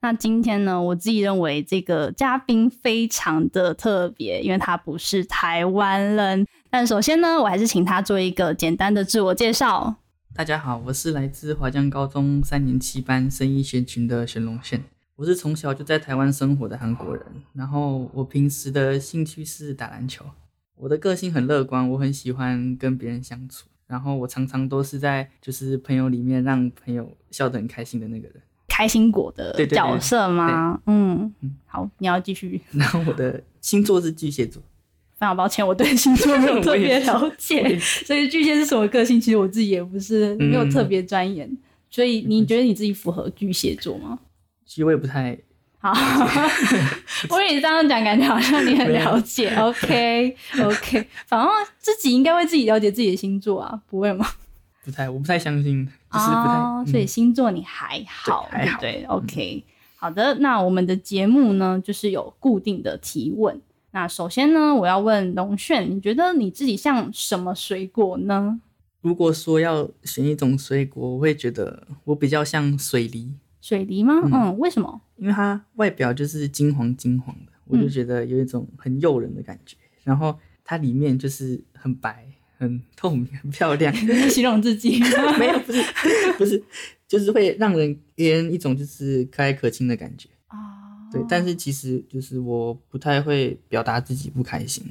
那今天呢，我自己认为这个嘉宾非常的特别，因为他不是台湾人。但首先呢，我还是请他做一个简单的自我介绍。大家好，我是来自华江高中三年七班生医学群的玄龙宪，我是从小就在台湾生活的韩国人。然后我平时的兴趣是打篮球，我的个性很乐观，我很喜欢跟别人相处。然后我常常都是在就是朋友里面让朋友笑得很开心的那个人。开心果的对对对角色吗？嗯嗯，好，你要继续。然后我的星座是巨蟹座，非常抱歉，我对星座没有特 我别也是了我解，也所以巨蟹是什么个性，其实我自己也不是没有嗯特别钻研。所以你觉得你自己符合巨蟹座吗？其实我也不太 好，我以为你这样讲，感觉好像你很了解。OK OK，反正自己应该会自己了解自己的星座啊，不会吗？不太我不太相信，就是不太。哦嗯，所以星座你还好，对还好嗯对不对，OK，、好的。那我们的节目呢，就是有固定的提问。那首先呢，我要问龙炫，你觉得你自己像什么水果呢？如果说要选一种水果，我会觉得我比较像水梨，水梨吗？嗯嗯为什 么？因为它外表就是金黄金黄的，我嗯就觉得有一种很诱人的感觉。然后它里面就是很白、很透明、很漂 亮，形容自己没有不是不是，就是会让人给人一种就是可爱可亲的感觉。啊对，但是其实就是我不太会表达自己不开心，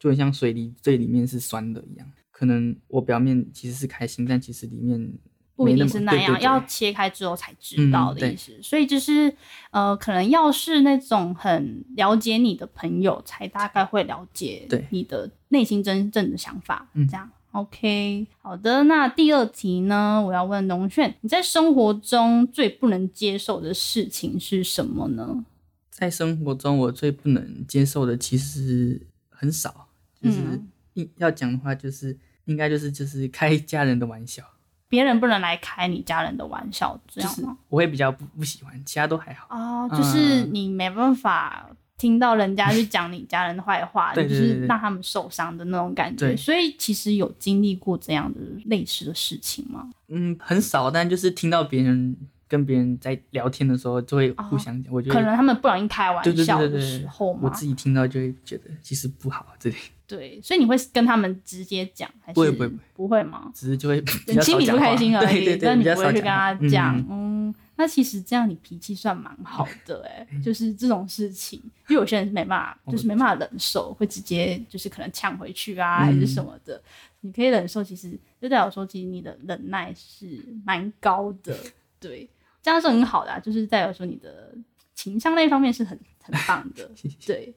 就很像水梨最里面是酸的一样。可能我表面其实是开心，但其实里面不一没定么是那样，对对对嗯要切开之后才知道的意思。所以就是呃，可能要是那种很了解你的朋友，才大概会了解对你的内心真正的想法。嗯这样 OK，好的。那第二题呢，我要问龙炫，你在生活中最不能接受的事情是什么呢？在生活中，我最不能接受的其实很少，就是嗯硬要讲的话，就是应该就是就是开家人的玩笑，别人不能来开你家人的玩笑，这就样是吗？我会比较不不喜欢，其他都还好。哦，就是嗯你没办法听到人家去讲你家人的坏 话，对就对对是对让他们受伤的那种感觉。对所以其实有经历过这样的类似的事情吗？嗯，很少，但就是听到别人跟别人在聊天的时候，就哦会互相讲，我觉可得。能他们不小心开对玩对笑对的对时对候，我嘛，自己听到就会觉得其实不好，这里对，所以你会跟他们直接讲，还是不会不会不会不会吗？只是就会比你较心少里讲不话开心而对已对，对，但你比较不少会去跟他话嗯讲嗯，嗯。那其实这样你脾气算蛮好的哎、嗯就是这种事情，因为有些人是没办法，就是没办法忍受，会直接就是可能呛回去啊，嗯还是什么的。你可以忍受，其实就代表说，其实你的忍耐是蛮高 的，对，这样是很好的、啊，就是代表说你的情商那一方面是很很棒的 谢谢，对。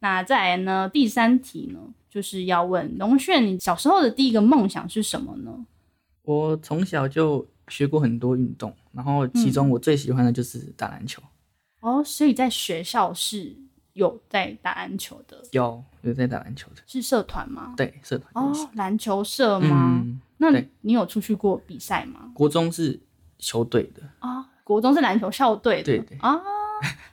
那再来呢，第三题呢，就是要问龙炫，你小时候的第一个梦想是什么呢？我从小就学过很多运动，然后嗯其中我最喜欢的就是打篮球，哦，所以在学校是有在打篮球的，有有在打篮球的，是社团吗？对，社团游戏哦，篮球社吗？嗯，那对你有出去过比赛吗？国中是球队 的，啊、国中是篮球校队的，对对啊、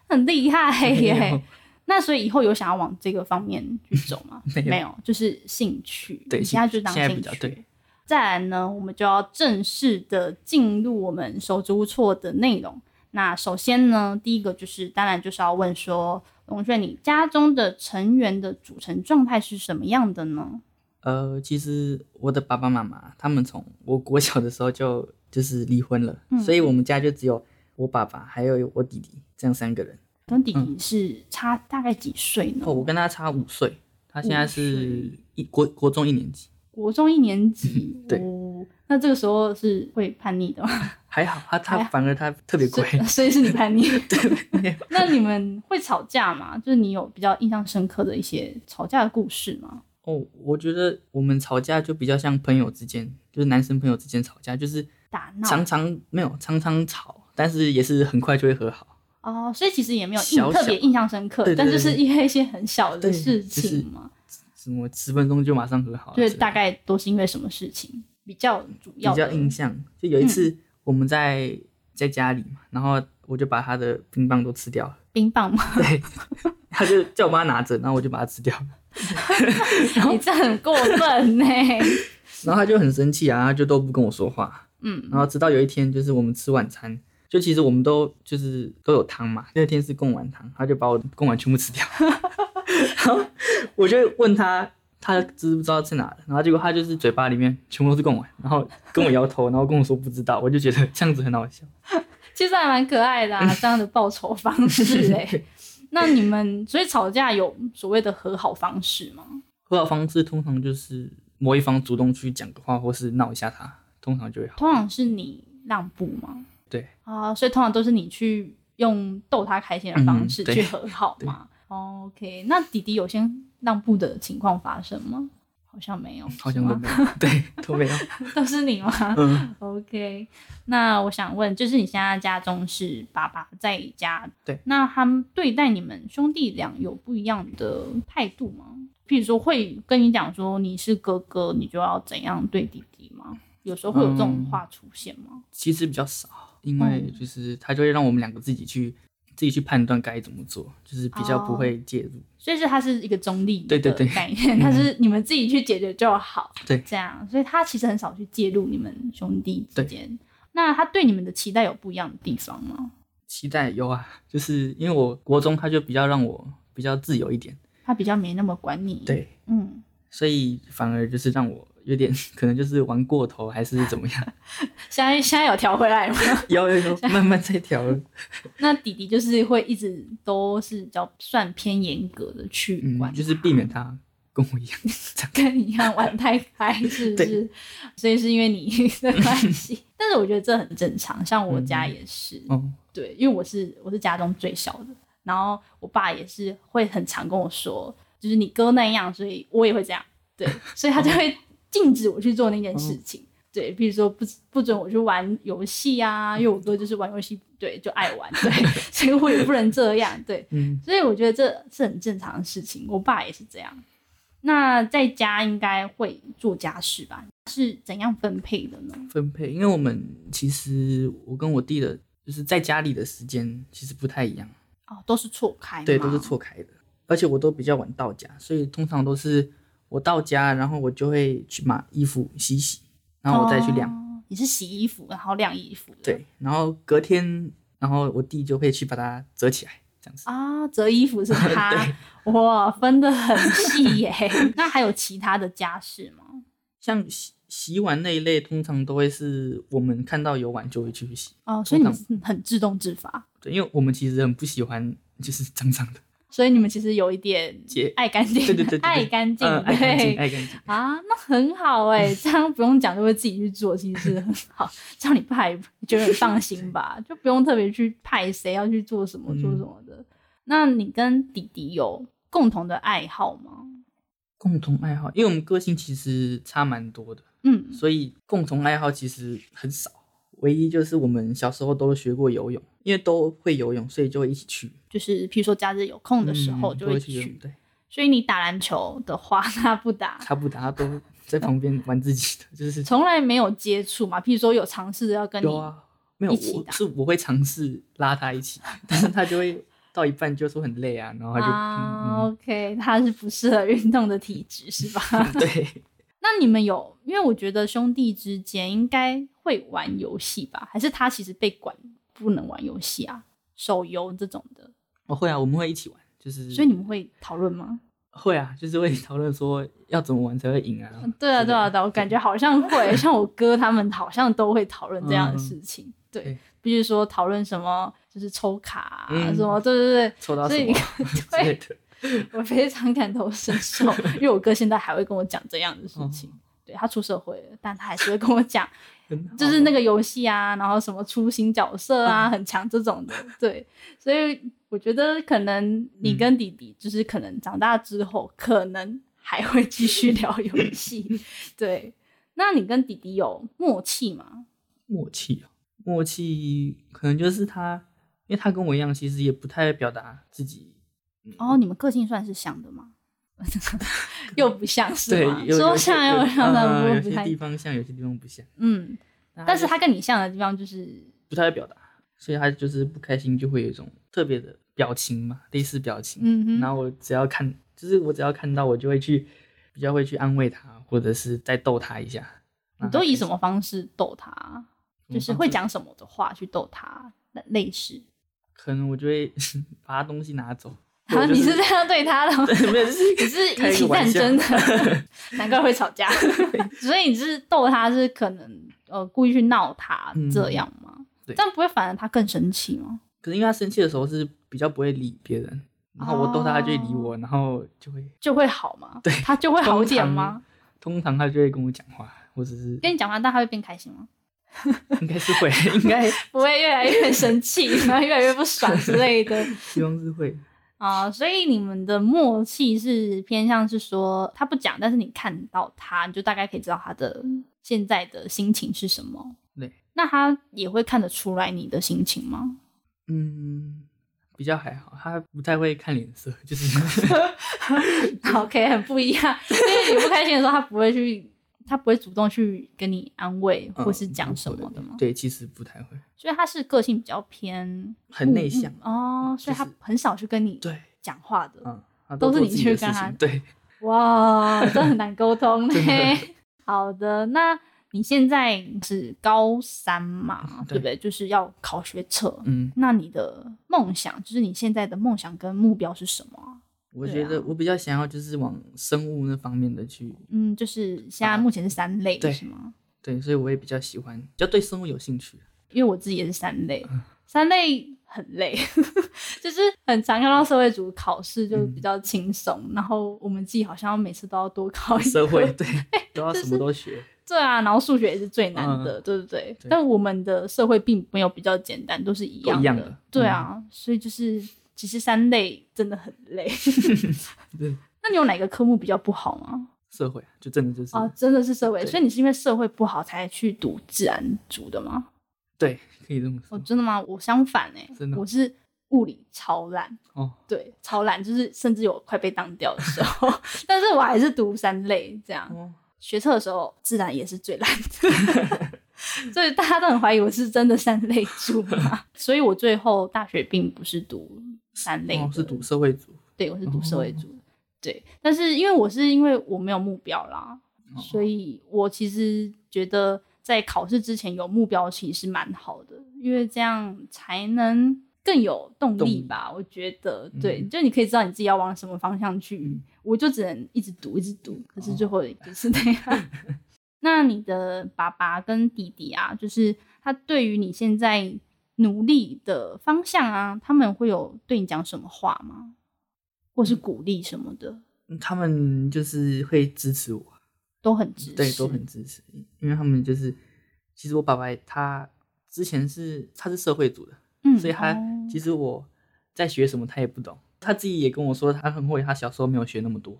很厉害 没有耶。那所以以后有想要往这个方面去走吗？ 没有就是兴趣。对你现在就当现在比兴较趣。对再来呢，我们就要正式的进入我们手足无措的内容。那首先呢，第一个就是当然就是要问说，龙炫，你家中的成员的组成状态是什么样的呢？呃，其实我的爸爸妈妈他们从我国小的时候就就是离婚了，嗯所以我们家就只有我爸爸还有我弟弟这样三个人。跟弟弟是差大概几岁呢？哦，我跟他差五岁，他现在五是一国国中一年级，国中一年级 ，对哦，那这个时候是会叛逆的吗？还好他还他好反而他特别乖 所以， 所以是你叛逆。没有那你们会吵架吗？就是你有比较印象深刻的一些吵架的故事吗？哦，我觉得我们吵架就比较像朋友之间，就是男生朋友之间吵架，就是打闹常常没有常常吵，但是也是很快就会和好。哦，所以其实也没有印小小特别印象深刻，对对但就对是因为一些很小的对事就是情嘛。什么十分钟就马上和好了之就类的，是大概都是因为什么事情比较主要哦比较的嗯印象。就有一次我们在、在家里嘛，然后我就把他的冰棒都吃掉了， 冰棒吗？对，他就叫我帮他拿着，然后我就把它吃 掉了，哦你这很过分呢、 然后他就很生气啊，他就都不跟我说话，嗯，然后直到有一天就是我们吃晚餐。就其实我们都就是都有汤嘛，那天是贡丸汤，他就把我贡丸全部 吃掉，然后我就问他他知不知道在哪了，然后结果他就是嘴巴里面全部都是贡丸，然后跟我摇头，然后跟我说不知道，我就觉得这样子很好笑。其实还蛮可爱的啊，嗯这样的报仇方式 哎、那你们所以吵架有所谓的和好方式吗？和好方式通常就是某一方主动去讲个话，或是闹一下他，通常就会好。通常是你让步吗？对啊，所以通常都是你去用逗他开心的方式嗯对去和好嘛。哦 OK，那弟弟有先让步的情况发生吗？好像没有，嗯好是像都吗没有， 对，都没有。 都是你吗？嗯， OK，那我想问，就是你现在家中是爸爸在家，对，那他们对待你们兄弟俩有不一样的态度吗？譬如说，会跟你讲说你是哥哥，你就要怎样对弟弟吗？有时候会有这种嗯话出现吗？其实比较少，因为嗯就是他就会让我们两个自己去自己去判断该怎么做，就是比较不哦会介入。所以是它是一个中立对对的对嗯概念，它是你们自己去解决就好，对这样，所以他其实很少去介入你们兄弟之对间。那他对你们的期待有不一样的地方吗？期待有啊，就是因为我国中他就比较让我比较自由一点，他比较没那么管你，，对，嗯，所以反而就是让我有点 可能就是玩过头还是怎么样， 现在现在有调回来吗？ 有有有，慢慢在调了。那弟弟就是会一直都是比较算偏严格的去玩， 嗯，就是避免他跟我一样这样。跟你一样玩太开，是不是？所以是因为你 的关系，但是我觉得这很正常，像我家也是，哦，对，因为我是我是家中最小的，然后我爸也是会很常跟我说，就是你哥那样，所以我也会这样， 对，所以他就会禁止我去做那件嗯事情。对，比如说不不准我去玩游戏啊，因为我哥就是玩游嗯戏，对，就爱玩，对， 所以我也不能这样，对，嗯，所以我觉得这是很正常的事情。我爸也是这样。那在家应该会做家事吧？是怎样分配的呢？分配，因为我们其实我跟我弟的，就是在家里的时间其实不太一样，哦，都是错开吗，对，都是错开的，而且我都比较晚到家，所以通常都是我到家，然后我就会去把衣服洗洗，然后我再去晾，哦你是洗衣服，然后晾衣服的，对，然后隔天，然后我弟就会去把它折起来，这样子。啊，折衣服是他 对，哇，分的很细 耶。那还有其他的家事吗？像洗洗碗那一类，通常都会是我们看到有碗就会去洗，哦，所以你通是很自动自发，对，因为我们其实很不喜欢就是脏脏的，所以你们其实有一点洁爱干净，对对对对 对爱干净，嗯，爱干对净，爱干净。啊，那很好哎、这样不用讲就会自己去做，其实很好。这样你爸也觉得很放心 吧，就不用特别去派谁要去做什么嗯做什么的。那你跟弟弟有共同的爱好吗？共同爱好，因为我们个性其实差蛮多的，嗯，所以共同爱好其实很少。唯一就是我们小时候都学过游泳，因为都会游泳，所以就会一起去。就是譬如说假日有空的时候嗯就都会会去。游泳，对，所以你打篮球的话， 他不打，他不打，他都在旁边玩自己 的，就是从来没有接触嘛。譬如说有尝试要跟你有啊，没有一起我打是我会尝试拉他 一起，但是他就会到一半就说很累啊，然后他就、啊嗯 OK，他 是不适合运动的体质是吧？ 嗯、对， 那你们有，因为我觉得兄弟之间应该会玩游戏吧？还是他其实被管不能玩游戏啊？手游这种的，我会啊，我们会一起玩，就是所以你们会讨论吗？会啊，就是会讨论说要怎么玩才会赢啊。 对啊，之类对啊，的对啊，我感觉好像 会，像我哥他们好像都会讨论这样的事情。对嗯对，比如说讨论什么，就是抽卡啊，嗯什么，对对对，抽到所什以 么之类的。我非常感同身 受，因为我哥现在还会跟我讲这样的事情。哦对他出社会了，但他还是会跟我讲，就是那个个游戏啊，然后什么出新角色嗯啊，很强这种的，对，所以我觉得可能嗯你跟弟弟就是可能长大之后，可能还会继续聊游 戏，对。那你跟弟弟有默契吗？默契哦，默契可能就是他，因为他跟我一样，其实也不太表达自己。哦，你们个性算是像的吗？ 又不像是对吗？，有说有些像又有像的呃不过有不些太地方像，有些地方不像，嗯，那但是就他跟你像的地方就是，不太会表达，所以他就是不开心就会有一种特别的表情嘛，类似表情。嗯然哼，后我只要看，就是我只要看到，我就会去比较会去安慰他，或者是再逗他一下。你都以什么？么方式逗他？啊嗯就是会，讲什么的话去逗他，类似。可能我就会 把他东西拿走。然后我就啊你 是这样对他的吗？没有，就是你是引开一个起玩战笑争的， 难怪会吵架。 所以你是逗他，是可能呃故意去闹他嗯这样吗？对这样不会反而他更生气吗？可是因为他生气的时候是比较不会理别人，然后我逗他，他就会理哦我，然后就会就会好吗？对他就会好一点通常吗？通常他就会跟我讲话，或者是跟你讲话，但他会变开心吗？应该是会， 应该不会越来越生气， 然后越来越不爽之类的希望是会。啊、所以你们的默契是偏向是说他不讲，但是你看到他，你就大概可以知道他的现在的心情是什么。对，那他也会看得出来你的心情吗？嗯，比较还好，他不太会看脸色，就是 OK，很不一样， 因为你不开心的时候，他不会去，他不会主动去跟你安慰嗯或是讲什么的吗？对，其实不太会，所以他是个性比较偏很内向嗯嗯哦，所以他就是很少去跟你对，讲话的。嗯，他都是做你自己去的跟事他情对， 哇，这很难沟通真嘞的。 好的，那你现在是高三嘛，嗯对不对？就是要考学测。嗯，那你的梦想，就是你现在的梦想跟目标是什么啊？我对觉啊得我比较想要就是往生物那方面的去，嗯，就是现在啊目前是三类，对是吗？对，所以我也比较喜欢，比较对生物有 兴趣。因为我自己也是三类，嗯三类很累， 就是很常看到社会组考试就比较轻松，然后我们自己好像每次都要多考一科社会对，都要就什么是都学，对啊，然后数学也是最难的，对不对？嗯对但我们的社会并没有比较简单，都是一样都一样的嗯对啊，所以就是其实三类真的很累。 对， 那你有哪个科目比较不好吗？社会就真的就是、啊，真的是社会，对所以你是因为社会不好才去读自然组的吗？对，可以这么说哦，。真的吗？我相反哎、嗯真的我是物理超烂，哦，对，超烂，就是甚至有快被当掉的时 候，但是我还是读三类这样。哦，学测的时候，自然也是最烂的， 所以大家都很怀疑我是真的三类组嘛。 所以我最后大学并不是读三类的、哦是读哦社会组，对我是读社会组的，对。但是因为我是因为我没有目标啦，哦所以我其实觉得在考试之前有目标其实是蛮好的，因为这样才能更有动动力力吧。我觉得对，嗯就你可以知道你自己要往什么方向去。嗯我就只能一直读，一直读，可是哦最后也就是那样。 那你的爸爸跟弟弟啊，就是他对于你现在努力的方向啊，他们会有对你讲什么话吗？或是鼓励什么的，嗯他们就是会支持我，都很支持，对，都很支持，因为他们就是，其实我爸爸他之前是他是社会组的，嗯，所以他哦其实我在学什么他也不懂，他自己也跟我说他很后悔他小时候没有学那么多，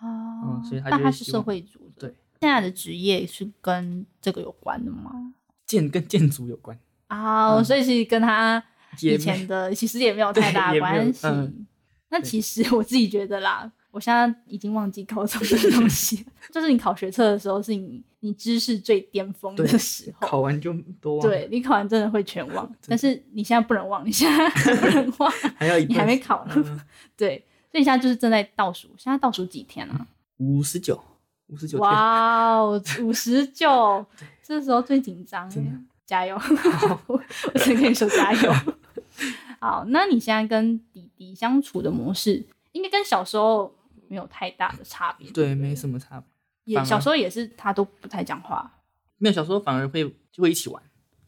哦，所以他但就他会是希社望会主的，对，现在的职业是跟这个有关的吗？建跟建筑有关，啊、嗯所以其实跟他也以没前的其实也没有太大对也没有关系。嗯那对其实我自己觉得啦，我现在已经忘记高中的东西了， 就是你考学测的时候，是你你知识最巅峰的对时候。考完就啊都忘了对，你考完真的会全 忘，但的是你现在不能忘，你现在不能忘，还要一 你还没半考呢。嗯 对，所以现在就是正在倒数，现在倒数几天啊？五十九，五十九天，哇哦，五十 九，这时候最紧张真的欸，加油！我 我只能跟你说加 油。好，那你现在跟弟弟相处的模式，应该跟小时候没有太大的差别。对，没么。什么差别。也反而小时候也是，他都不太讲话没有小时候反而会就会一起玩，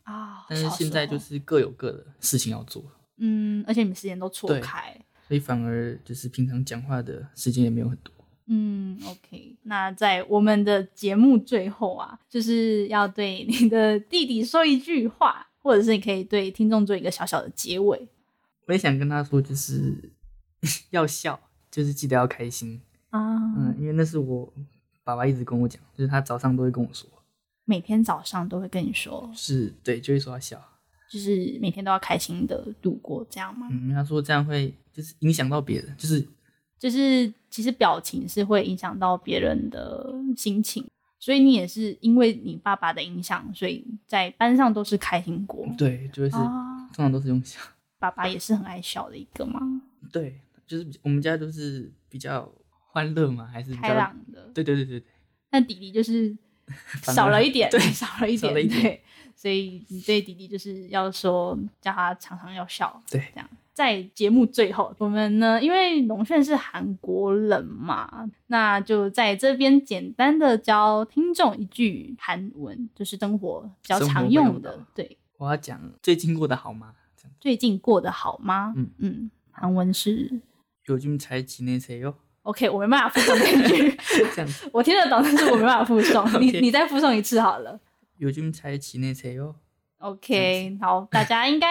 啊。但是小时现在就候是各有各的事情要做，嗯，而且你们时间都错对开。所以反而就是平常讲话的时间也没有很多。嗯，OK，那在我们的节目最后啊，就是要对你的弟弟说一句话，或者是你可以对听众做一个小小的结尾。我也想跟他说，就是 要笑，就是记得要开心。啊，嗯，因为那是我爸爸一直跟我讲，就是他早上都会跟我说，每天早上都会跟你说，是对，就会说要笑。就是每天都要开嗯心的度过，这样吗？嗯，因为他说这样会就是影响到别人，就是就是其实表情是会影响到别人的心情，所以你也是因为你爸爸的影响，所以在班上都是开心果。对，就是、啊，通常都是用笑。 爸爸也是很爱笑的一个嘛，对，就是比我们家都是比较欢乐嘛，还是比开较朗的。对对对对对，但弟弟就是 反而少了一点，对少了一少点，了一点对。所以你对弟弟就是要说，叫他常常要笑，对这样。在节目最后，我们呢，因为龙炫是韩国人嘛，那就在这边简单的教听众一句韩文，就是生活比较生活常会用用的。到对，我要讲最近过得好吗？这样，最近过得好吗？嗯嗯，韩文是 요즘 잘 지내세요？ OK，我没办法附送那句， 这样子，我听得懂，但是我没办法附送。你 OK 你再附送一次好了。 요즘 잘 지내세요？ OK，好，大家应该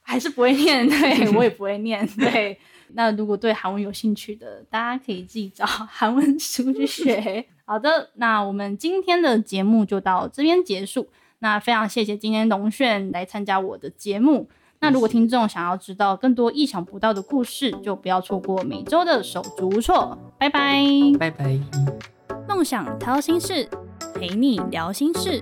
还是不会念，对我也不会念，对。那如果对韩文有兴趣的，大家可以自己找韩文书去学。好的，那我们今天的节目就到这边结束。那非常谢谢今天龙炫来参加我的节目。那如果听众想要知道更多意想不到的故事，就不要错过每周的手足无措。拜拜。拜拜。梦想掏心事，陪你聊心事。